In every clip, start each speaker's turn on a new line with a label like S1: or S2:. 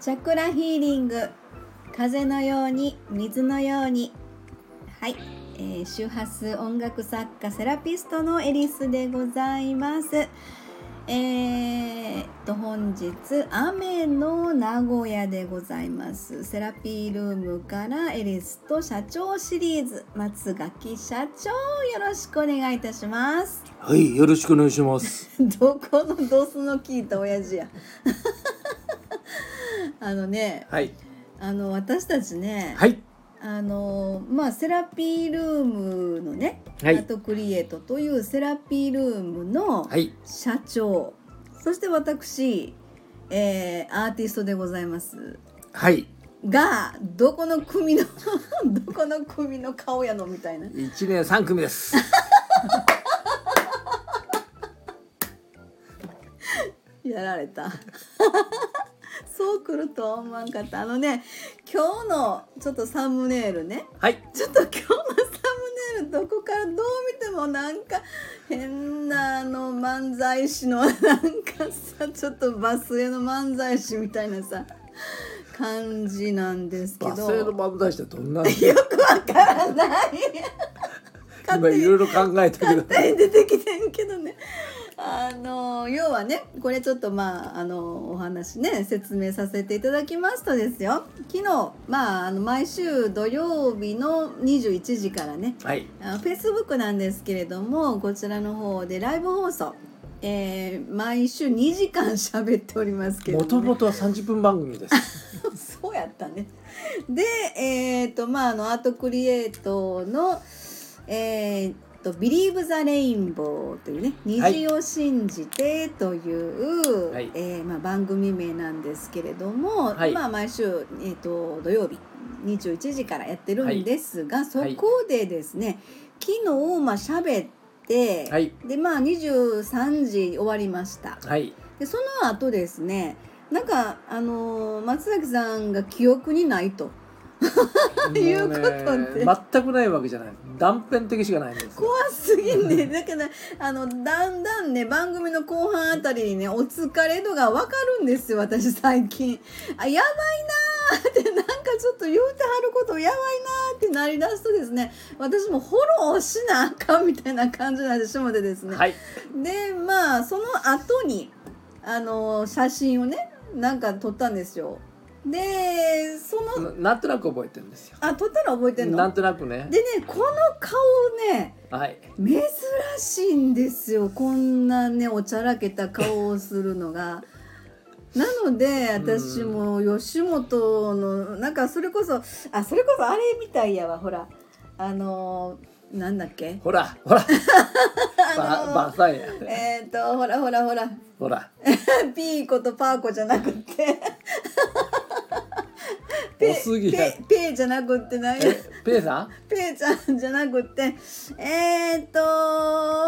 S1: チャクラヒーリング風のように水のようにはい、えー周波数音楽作家セラピストのエリスでございますえー、っと本日雨の名古屋でございますセラピールームからエリスと社長シリーズ松垣社長よろしくお願いいたします
S2: はい、よろしくお願いします。
S1: どこのドスの聞いた親父や あのね
S2: はい。
S1: あの私たちね、
S2: はい。
S1: あのまあセラピールームのね、
S2: はい
S1: アートクリエイトというセラピールームの
S2: はい。
S1: 社長、そして私、えーアーティストでございます
S2: はい。
S1: がどこの組の どこの組の顔やのみたいな
S2: 一年三組 です。
S1: やられた そうくるとは思わんかったあのね今日のちょっとサムネイルね
S2: はい。
S1: ちょっと今日のサムネイルどこからどう見てもなんか変なあの漫才師のなんかさちょっとバスへの漫才師みたいなさ感じなんですけ
S2: バス
S1: ど
S2: への
S1: よ
S2: 漫才師ってどんなの。
S1: くわからない
S2: 今
S1: 勝手
S2: い
S1: に
S2: ろいろ考えたけど。
S1: はい出てきてんけどねあの要はねこれちょっとまああのお話ね説明させていただきますとですよ昨日まああの毎週土曜日の21時からね
S2: はい。
S1: フェイスブックなんですけれどもこちらの方でライブ放送、えー毎週2時間喋っておりますけれ
S2: もと
S1: ども、
S2: もとは三十分番組です。
S1: そうやったねでえっとまああのアートクリエイトのえーっと「ビリーブ・ザ・レインボー」というね「
S2: はい
S1: 虹を信じて」という、
S2: はい
S1: えーまあ、番組名なんですけれども、
S2: はい
S1: まあ、毎週、えーっと土曜日21時からやってるんですが、そ
S2: い
S1: こでですね、昨日まあ喋って、
S2: はい
S1: でまあ23時終わりました。
S2: はい。
S1: でその後ですねなんかあのー松崎さんが記憶にないと いうことで
S2: もうね全くないわけじゃない。断片的しかないんですよ。
S1: 怖すぎんねだからあのだんだんね番組の後半あたりにねお疲れ度が分かるんですよ私最近あやばいなーってなんかちょっと言うてはることやばいなーってなりだすとですね私もフォローしなあかんみたいな感じになってしまってですね、
S2: はい。
S1: でまあその後にあの写真をねなんか撮ったんですよでその
S2: ななんとなく覚えてるんですよ。
S1: あ撮ったら覚えてん
S2: な
S1: の
S2: んとなくね。
S1: でねこの顔ね
S2: はい。
S1: 珍しいんですよこんなねおちゃらけた顔をするの が。なので私も吉本のなんかそれこそあそれこそあれみたいやわほらあのなんだっけ
S2: ほら、ほら、
S1: あ
S2: ば、
S1: の
S2: ばさんや。
S1: えっ、とほらほらほら
S2: ほら。
S1: ピーコとパーコじゃなくて
S2: お
S1: ペ
S2: すぎや。
S1: ペペーじゃなくってない
S2: え、ペイさん。
S1: ペーちゃんじゃなくってえー、っと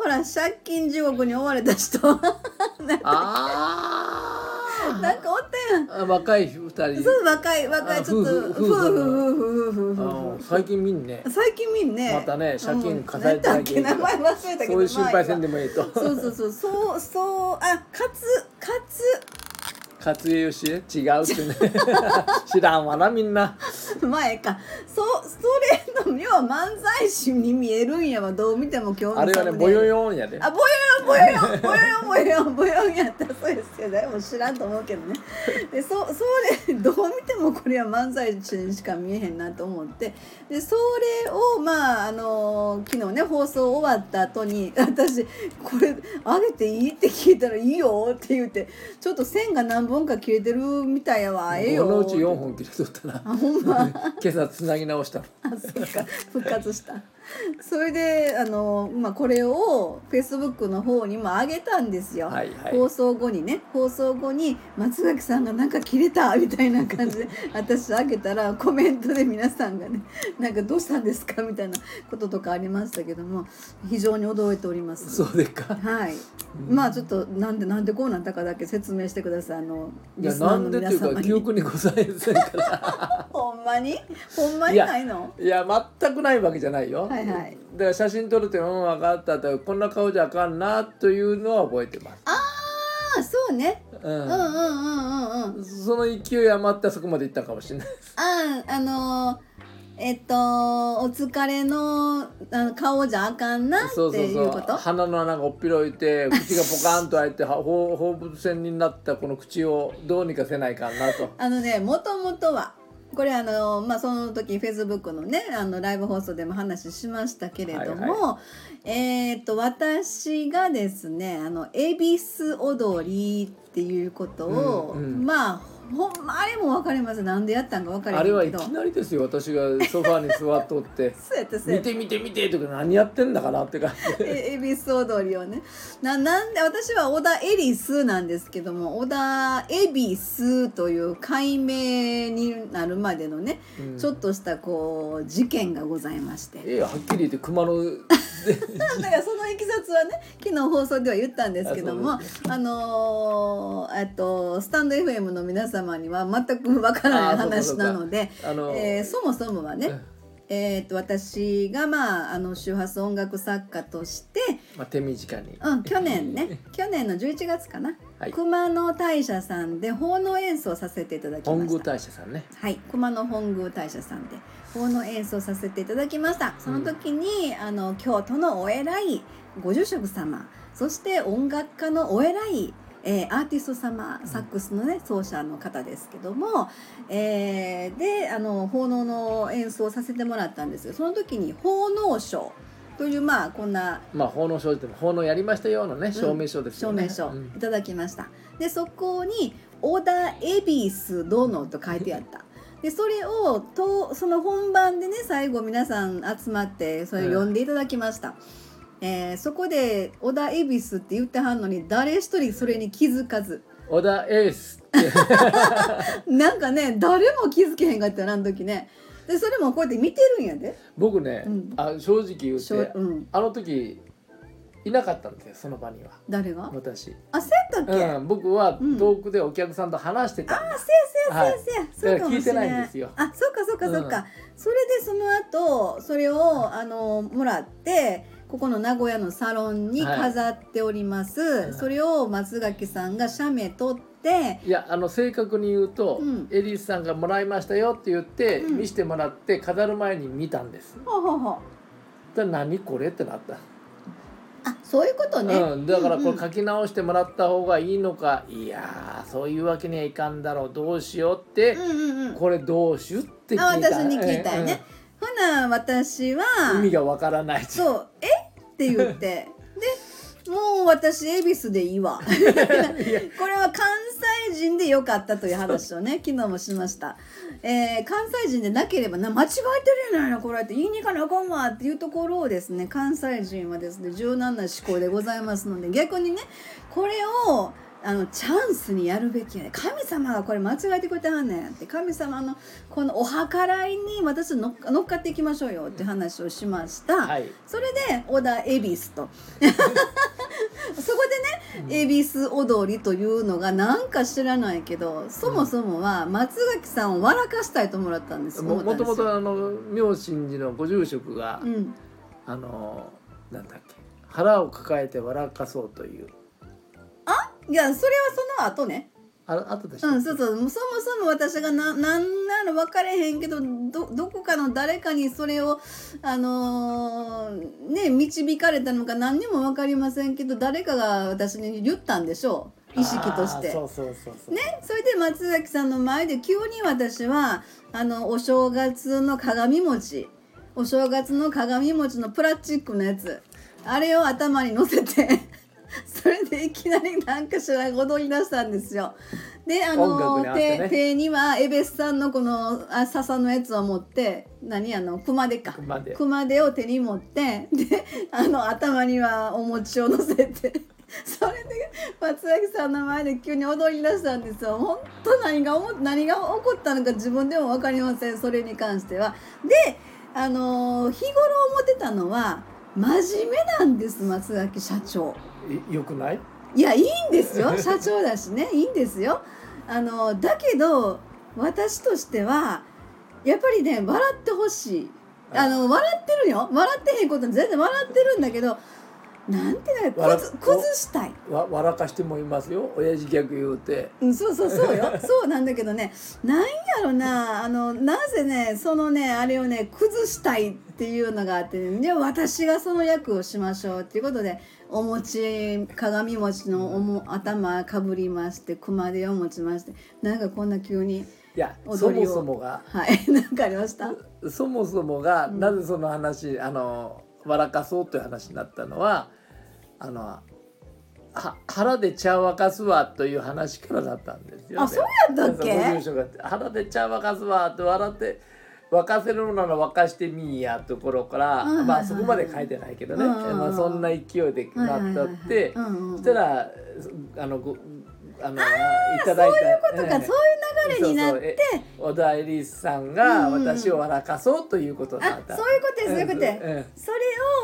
S1: ほら借金地獄に追われた 人なんか
S2: あ
S1: お
S2: ー
S1: ったやん
S2: あ。若い二人。
S1: そう若い若
S2: あ
S1: いちょっと夫
S2: 夫
S1: 婦夫
S2: 婦
S1: 婦夫婦夫婦
S2: あの最近見んね
S1: 最近見んね
S2: またね借金
S1: 重
S2: 抱
S1: ね
S2: え
S1: て
S2: て
S1: な
S2: なんい
S1: だっ
S2: と
S1: け名
S2: いけな
S1: 前忘れ
S2: い
S1: たけど
S2: そういう心配せんで
S1: も
S2: もいいと
S1: そうそうそうそうそうあかつかつ
S2: 勝家義恵違うってね知らんわなみんな
S1: 前かそそれの要は漫才師に見えるんやわどう見ても今日の
S2: あれは
S1: サ
S2: ね
S1: ムネイ
S2: ぼ
S1: ル
S2: よよんやで
S1: あぼよよんぼよよんぼよよんぼよよんぼよよんやったらそうですよ誰も知らんと思うけどねで そそれどう見てもこれは漫才師にしか見えへんなと思ってでそれをまああの昨日ね放送終わった後に 私これあげていいって聞いたらいいよって言ってちょっと線が何本か切れてるみたいやわええよ
S2: このうち4本切れとった な
S1: あほんま
S2: 今朝つなぎ直したの
S1: あそっか復活したそれであの、まあ、これをフェイスブックの方にも上げたんですよ、
S2: はいはい
S1: 放送後にね放送後に松崎さんがなんか切れたみたいな感 じで私上げたらコメントで皆さんがねなんかどうしたんですかみたいなこととかありましたけども非常に驚いております
S2: そうでっか
S1: はい、まあちょっとなんでなんでこうなったかだけ説明してくださいあの
S2: いや
S1: リスナー
S2: な
S1: の
S2: んでっ
S1: 皆
S2: ていう
S1: 様
S2: か記
S1: に
S2: 憶にございませんか ら
S1: ほんまにほんまにないの
S2: いや全くないわけじゃないよ
S1: はいはい
S2: だから写真撮るってうん分かったとこんな顔じゃあかんなというのは覚えてます
S1: あそそうね。
S2: う
S1: うんんうんうんうんうん。
S2: その勢い余ってあそこまで行ったかもしれない
S1: ああのーえっとお疲れのあの顔じゃあかんなって
S2: そうそう
S1: い
S2: そうう
S1: こと。
S2: 鼻の穴がおっぴろいて 口がポカンと開いてはほう放物線になったこの口をどうにかせないかんなと
S1: あのねもともとはこれあのまあその時フェイスブックのねあのライブ放送でも話しましたけれども、えーっと私がですねあの恵比寿踊りっていうことを、
S2: うんうん
S1: まあほんまあれも分かりますなんでやったんか分かりま
S2: あ
S1: すけ
S2: れ
S1: ど
S2: はいきなりですよ私がソファーに座っとって
S1: そうやってそうや
S2: 見
S1: って
S2: て見て見てとか何やってんだかなって感 じで
S1: 恵比寿踊りをねななんで私は小田恵比寿なんですけども小田恵比寿という解明になるまでのね、
S2: うん
S1: ちょっとしたこう事件がございまして
S2: ええはっきり言って熊の
S1: だ からそのいきさつはね昨日放送では言ったんですけどもあ
S2: あそうで、
S1: のーえっとスタンド FM の皆様には全くわからない
S2: あーそうかそ
S1: 話
S2: うか
S1: なので
S2: あの、
S1: えーそもそもはね、えーっと私が、まあ、あの周波数音楽作家として、
S2: まあ、手短に
S1: うん、去年ね去年の11月かな、
S2: はい
S1: 熊野大社さんで奉納演奏させていただき
S2: 本
S1: ま
S2: 宮
S1: した
S2: 大社さんね
S1: はい熊野本宮大社さんで奉納演奏させていただきましたその時に、あの京都のお偉いご住職様そして音楽家のお偉いえーアーティスト様サックスのね奏者の方ですけども、えーであの奉納の演奏をさせてもらったんですけどその時に奉納賞というまあこんな
S2: まあ奉納書っても奉納やりましたよのね証明書ですよ
S1: 証
S2: ね、
S1: 明書
S2: うん
S1: いただきました、でそこに「小田恵比寿殿」と書いてあったでそれをとその本番でね最後皆さん集まってそれ読んでいただきました、えーそこで「小田恵比寿」って言ってはんのに誰一人それに気づかず
S2: 小田エース
S1: なんかね誰も気づけへんかったよあの時ねでそれもこうやって見てるんやで
S2: 僕ね、
S1: うん
S2: あ正直言う
S1: しょ
S2: て、
S1: うん、
S2: あの時いなかったんですよその場には
S1: 誰が
S2: 私、
S1: あそうやったっけ、
S2: うん、僕は
S1: うん
S2: 遠くでお客さんと話してたんです、はい
S1: 先生、そうかもしれ
S2: だから聞いてないんですよ
S1: あ、そうかそうかそうか。
S2: うん
S1: それでその後それをあのもらってここの名古屋のサロンに飾っております。
S2: い
S1: それを松垣さんが写メ取って、
S2: いやあの正確に言うと、
S1: うん
S2: エリスさんがもらいましたよって言って、
S1: うん
S2: 見せてもらって飾る前に見たんです
S1: ほうほうほう。
S2: だから何これってなった、
S1: あ、そういうことね。
S2: うん、だからこ
S1: うんう
S2: れ
S1: ん
S2: 書き直してもらった方がいいのか、いやーそういうわけにはいかんだろうどうしようって、
S1: うんうんうん。
S2: これどうしゅって聞いた
S1: あ、私に聞いたよね。、ほな私は
S2: うんうん意味がわからない
S1: そうえって言ってで。もう私恵比寿でいいわ
S2: いや
S1: これは関西人でよかったという話をね昨日もしました、えー関西人でなければな間違えてるやないのこれって言いに行かなあかんわっていうところをですね関西人はですね柔軟な思考でございますので逆にねこれをあのチャンスにやるべきやね神様がこれ間違えてくれてはんねんって神様のこのお計らいに私乗っ乗っかっていきましょうよって話をしました。
S2: はい
S1: それで小田恵比寿 とそこでね恵比寿踊りというのがなんか知らないけどそもそもは松垣さんを笑かしたいともらったんです
S2: も
S1: 思った
S2: も
S1: んで
S2: と
S1: す
S2: も
S1: よ
S2: とあの明神寺のご住職が、
S1: うん、
S2: あのなんだっけ腹を抱えて笑かそうという
S1: いやそれはその後ね
S2: ああとでしたっ
S1: う
S2: け
S1: んそうそうそもそも私がななんなの分かれへんけどどどこかの誰かにそれをあのーね導かれたのか何にも分かりませんけど誰かが私に言ったんでしょう意識として
S2: あーそうそうそうそうね
S1: それで松崎さんの前で急に私はあのお正月の鏡餅お正月の鏡餅のプラスチックのやつあれを頭に乗せて それでいきなりなんかしら踊り出したんですよ。であの
S2: 音楽に合わせて
S1: 手
S2: ね
S1: 手にはエベスさんのこのあ笹のやつを持って何あの熊手か
S2: 熊手
S1: 熊手を手に持ってであの頭にはお餅を乗せて。 それで松崎さんの前で急に踊り出したんですよ本当何が思っ何が起こったのか自分でも分かりませんそれに関してはであのー日頃思ってたのは真面目なんです松崎社長
S2: よくない
S1: いやいいんですよ 社長だしねいいんですよあのーだけど私としてはやっぱりね笑ってほしいあの笑ってるよ笑ってへんこと全然笑ってるんだけどなんていうの
S2: わら
S1: こず崩したい
S2: わ笑かしてもいますよ親父ギャグ言うて
S1: うん、そうそうそうよ そうなんだけどねなんやろなあのなぜねそのねあれをね崩したいっていうのがあって、ね、で私がその役をしましょうっていうことでお餅鏡餅のおも頭かぶりまして熊手を持ちましてなんかこんな急に
S2: いやそ
S1: 踊り
S2: も
S1: を
S2: そもが
S1: はい なんかありました
S2: そもそもが、なぜその話あの笑かそうという話になったのはあのは腹で茶沸かすわという話からだったんですよ、ね。
S1: あそうやったっけ
S2: ご住職が腹で茶沸かすわって笑って沸かせるなら沸かしてみいやところか
S1: うんは
S2: ら、
S1: いはいはい
S2: まあそこまで書いてないけどね、
S1: うんうんうん
S2: まあ、そんな勢いでなった
S1: はいはいはいは
S2: って、
S1: いうんうん
S2: そしたらあのごあのいただいた
S1: そういうことか、そうい
S2: ええ
S1: う流れになって
S2: そうそうえ小田エリスさんが
S1: うんうんうん
S2: 私を笑かそうということだった、
S1: あそういうことですそういうことです
S2: え
S1: そ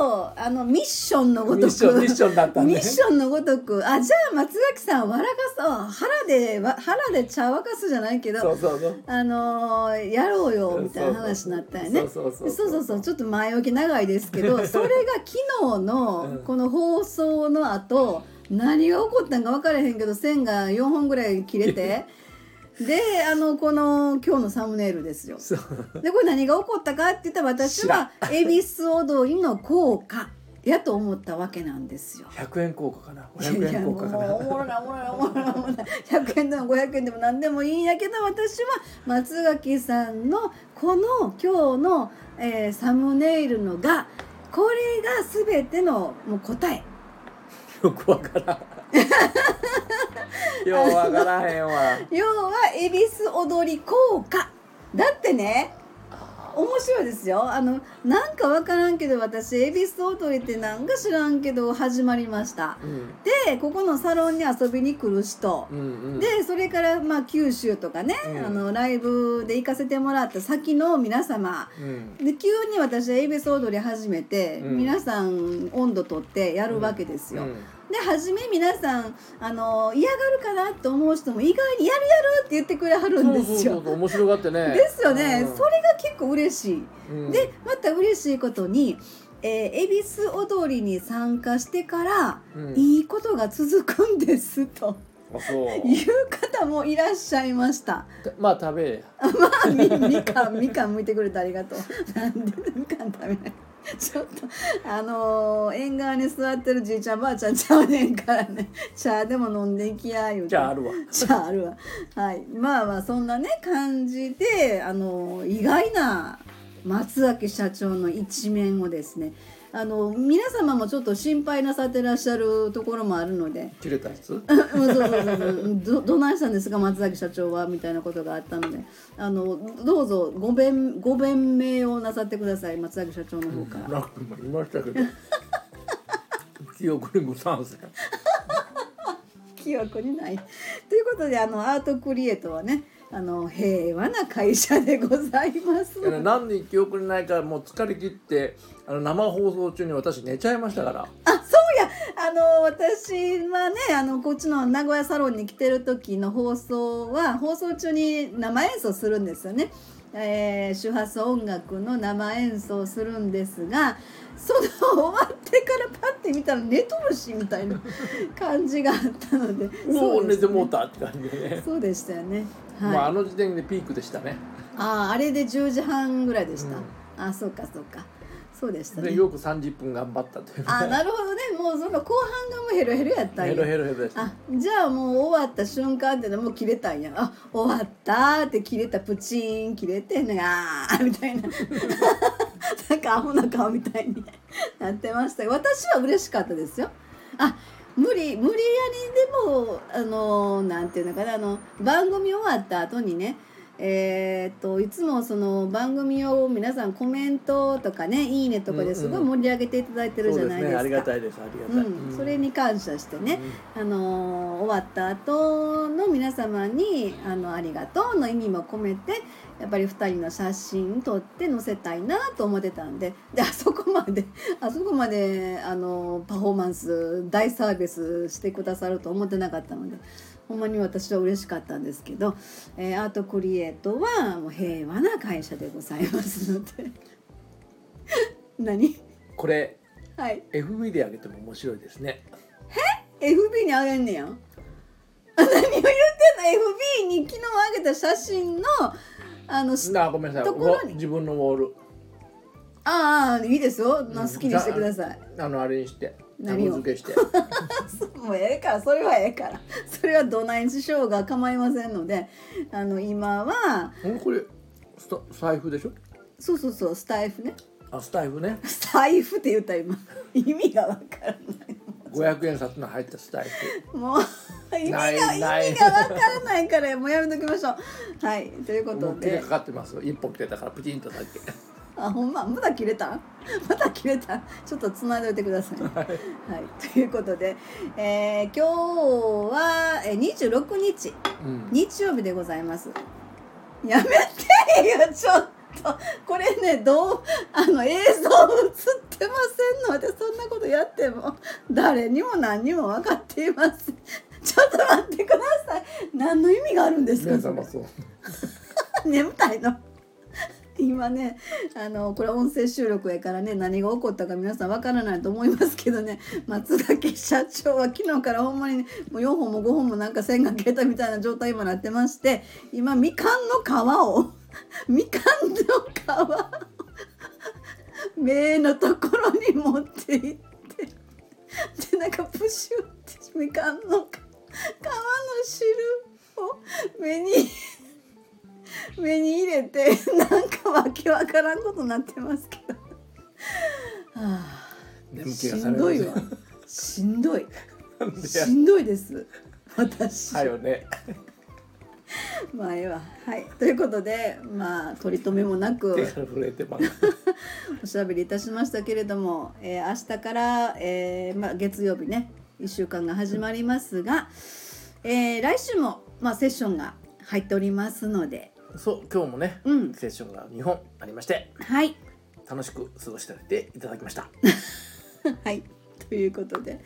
S1: れをあのミッションのご
S2: え
S1: とく
S2: ミッションミッションだったん
S1: ミ
S2: で
S1: ッションのごとくあじゃあ松崎さん笑かそう腹でわ腹で茶沸かすじゃないけど
S2: そうそうそう
S1: あのーやろうよみたいな話になったよね。
S2: そうそうそう
S1: そうそうそうちょっと前置き長いですけ どそれが昨日
S2: うん
S1: のこの放送の後何が起こったんか分からへんけど線が4本ぐらい切れ てであのこの今日のサムネイルですよ。
S2: そう
S1: でこれ何が起こったかって言ったら私は恵比寿踊りの効果やと思ったわけなんですよ。
S2: 100円硬貨かない
S1: やい
S2: 500
S1: や
S2: 円
S1: もう
S2: 硬貨かな
S1: おもろないおもろないおもろないおもろない100円でも500円でも何でもいいんやけど私は松垣さんのこの今日の、えーサムネイルのがこれが全てのもう答え
S2: よく わからんようわからへんわ
S1: 要は恵比寿踊り効果だってね面白いですよあのなんか分からんけど私恵比寿踊りってなんか知らんけど始まりました
S2: うん
S1: でここのサロンに遊びに来る人
S2: うんうん
S1: でそれからまあ九州とかね、
S2: うん
S1: あのライブで行かせてもらった先の皆様
S2: うん
S1: で急に私はエビソードり始めて、
S2: うん
S1: 皆さん温度取ってやるわけですよ。
S2: うん
S1: で初め皆さんあの嫌がるかなと思う人も意外に「やるやる!」って言ってくれはるん
S2: そう
S1: で
S2: そう
S1: す
S2: そう
S1: よ。
S2: そう面白がってね
S1: ですよね、
S2: うん
S1: それが結構嬉しい。
S2: うん
S1: でまた嬉しいことに、えー、恵比寿踊りに参加してから、
S2: うん
S1: いいことが続くんですと。
S2: あそう
S1: いう方もいらっしゃいました。
S2: まあ食べ
S1: あみみかんみかん剥いてくれてありがとう。なんでみかん食べない。ちょっとあのー縁側に座ってるじいちゃんばあちゃんちゃうねんからね茶でも飲んでいきや言うて
S2: じゃああるわ
S1: 茶あるわはいまあまあそんなね感じであのー意外な松崎社長の一面をですねあの皆様もちょっと心配なさってらっしゃるところもあるので
S2: 切れたやつ
S1: うんそうそうそうそうどどないしたんですか松崎社長はみたいなことがあったのであのどうぞご弁ご弁明をなさってください松崎社長の方から、
S2: ラックもいましたけ ど記憶にございません
S1: 記憶にないということであのアートクリエイトはねあの平和な会社でございます
S2: いやねなんで記憶にないからもう疲れ切ってあの生放送中に私寝ちゃいましたから
S1: あそうやあの私はねあのこっちの名古屋サロンに来てる時の放送は放送中に生演奏するんですよね、えー、周波数音楽の生演奏をするんですがその終わってからパッて見たら寝とるしみたいな感じがあったので
S2: もう
S1: で
S2: 寝
S1: す
S2: てもうたって感じでね、
S1: そうでしたよね、はい
S2: まああの時点でピークでしたね
S1: あーあれで10時半ぐらいでした、
S2: うん
S1: あそうかそうかそうでしたね
S2: でよく30分頑張ったという
S1: あなるほどねもうその後半がもうヘロヘロやったんや
S2: ヘロヘロヘロでした
S1: あじゃあもう終わった瞬間ってのはもう切れたんやあ終わったーって切れたプチーン切れてなんかあーみたいな なんかアホな顔みたいに なってました私は嬉しかったですよあ無理無理やりでもあのなんていうのかなあの番組終わった後にねえーっといつもその番組を皆さんコメントとかね「いいね」とかですごい盛り上げていただいてるじゃないですか。
S2: そうですねありがたいですありがたい、
S1: うん、それに感謝してね、あのー終わった後の皆様に「あのありがとう」の意味も込めてやっぱり2人の写真撮って載せたいなと思ってたんでであそこまで あそこまで、あのーパフォーマンス大サービスしてくださると思ってなかったので。ほんまに私は嬉しかったんですけど、えーアートクリエイトはもう平和な会社でございますので 何
S2: これ
S1: はい。
S2: FB で上げても面白いですね
S1: FB にあげんねや。 何を言ってんの ?FB に昨日あげた写真の、あの、し
S2: なあごめんなさい
S1: ところに
S2: うわ自分のウォール
S1: ああ、いいですよ。な好きにしてください。
S2: あのあれにしてタ
S1: 何を
S2: グ付 けして
S1: もうええからそれはええから それはどないしようが構いませんのであの今は
S2: んこれスタ財布でしょ
S1: そうそうそうスタイフね
S2: あスタイフね
S1: スタイフって言った今 意味がわからない
S2: 500円札の入ったスタイフ
S1: もう意味が
S2: ないない
S1: 意味がわからないからもうやめときましょうはいというこ
S2: も
S1: と
S2: う手
S1: で
S2: がかかってます一本切れたからプチンとだけ
S1: あほんままだ切れた まだ切れたちょっとつないでおいてください、はいという ことで、えー今日はえー26日
S2: うん
S1: 日曜日でございますやめてよ ちょっとこれねどうあの映像映ってませんのでそんなことやっても誰にも何にも分かっていません ちょっと待ってください何の意味があるんです
S2: 皆
S1: かそ
S2: 様
S1: れ
S2: そう
S1: 眠たいの今ねあのこれ音声収録やからね何が起こったか皆さんわからないと思いますけどね松崎社長は昨日からほんまに、ね、もう4本も5本もなんか線が消えたみたいな状態今なってまして今みかんの皮を みかんの皮を目のところに持って行ってでなんかプシュってみかんの皮の汁を目に。目に入れて なんかわけわからんことになってますけど、はあ、
S2: 眠気
S1: し
S2: がされ
S1: ん
S2: ま
S1: ど
S2: せ
S1: い
S2: ん
S1: わしんどい
S2: なんでや
S1: しんどいです私、
S2: はよね
S1: まあええわはいということでまあ取り留めもな
S2: 手
S1: く
S2: が震えてます
S1: おしゃべりいたしましたけれども、えー明日から、えーまあ、月曜日ね1週間が始まりますが、えー来週も、まあ、セッションが入っておりますので
S2: そう今日もね、
S1: うん
S2: セッションが2本ありまして
S1: はい
S2: 楽しく過ごしておいていただきました
S1: はい、ということで、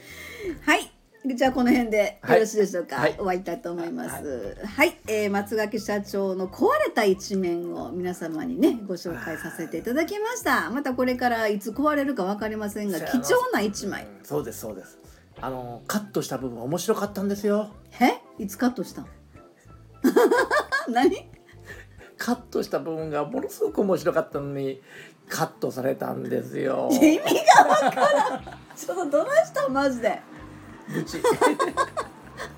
S1: はい。じゃあこの辺でよろしいでしょうか。
S2: はいはい
S1: 終わりたいと思います。はい、えー松垣社長の壊れた一面を皆様にねご紹介させていただきました。またこれからいつ壊れるかわかりませんが
S2: そうや
S1: 貴
S2: な
S1: 重な一枚。
S2: うんそうですそうですあのカットした部分面白かったんですよ
S1: え？いつカットした の？何？
S2: カットした部分がものすごく面白かったのにカットされたんですよ
S1: いや意味がわからん。ちょっとどないしたんマジで。
S2: ブチ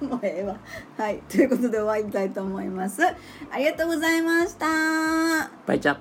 S1: もうええわ。はい、ということで終わりたいと思います。ありがとうございました。
S2: バイチャ